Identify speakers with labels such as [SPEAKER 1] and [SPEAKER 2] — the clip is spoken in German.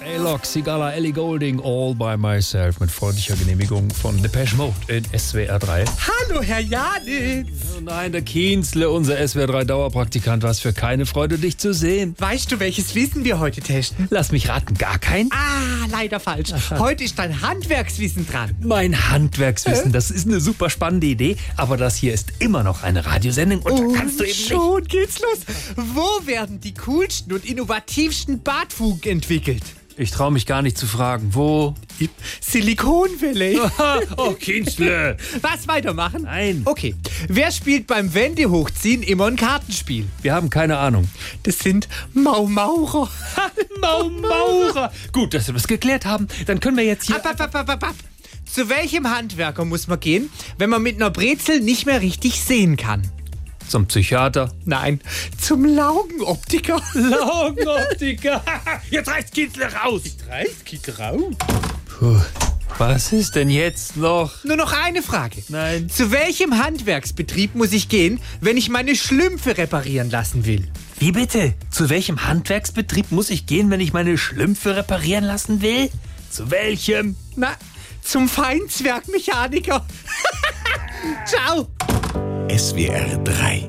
[SPEAKER 1] Blaylock, Sigala, Ellie Golding, All by Myself mit freundlicher Genehmigung von Depeche Mode in SWR 3.
[SPEAKER 2] Hallo, Herr Janitz.
[SPEAKER 1] Oh nein, der Kienzle, unser SWR 3 Dauerpraktikant, was für keine Freude, dich zu sehen.
[SPEAKER 2] Weißt du, welches Wissen wir heute testen?
[SPEAKER 1] Lass mich raten, gar kein?
[SPEAKER 2] Ah, leider falsch. Heute ist dein Handwerkswissen dran.
[SPEAKER 1] Mein Handwerkswissen, das ist eine super spannende Idee, aber das hier ist immer noch eine Radiosendung und da kannst du eben nicht.
[SPEAKER 2] schon geht's los. Wo werden die coolsten und innovativsten Badfugen entwickelt?
[SPEAKER 1] Ich traue mich gar nicht zu fragen, wo.
[SPEAKER 2] Silicon Valley.
[SPEAKER 1] oh, Kienzle!
[SPEAKER 2] Was weitermachen?
[SPEAKER 1] Nein.
[SPEAKER 2] Okay. Wer spielt beim Wände hochziehen immer ein Kartenspiel?
[SPEAKER 1] Wir haben keine Ahnung.
[SPEAKER 2] Das sind Maumaurer.
[SPEAKER 1] Mau Maurer! Gut, dass wir das geklärt haben. Dann können wir jetzt hier.
[SPEAKER 2] Ab, ab, ab, ab, ab, ab. Zu welchem Handwerker muss man gehen, wenn man mit einer Brezel nicht mehr richtig sehen kann?
[SPEAKER 1] Zum Psychiater.
[SPEAKER 2] Nein, zum Laugenoptiker.
[SPEAKER 1] Augenoptiker! Jetzt reißt Kienzle raus!
[SPEAKER 2] Reißt geht raus.
[SPEAKER 1] Was ist denn jetzt noch?
[SPEAKER 2] Nur noch eine Frage.
[SPEAKER 1] Nein.
[SPEAKER 2] Zu welchem Handwerksbetrieb muss ich gehen, wenn ich meine Schlümpfe reparieren lassen will?
[SPEAKER 1] Wie bitte? Zu welchem Handwerksbetrieb muss ich gehen, wenn ich meine Schlümpfe reparieren lassen will? Zu welchem?
[SPEAKER 2] Na, zum Feinzwergmechaniker. Ciao.
[SPEAKER 3] SWR 3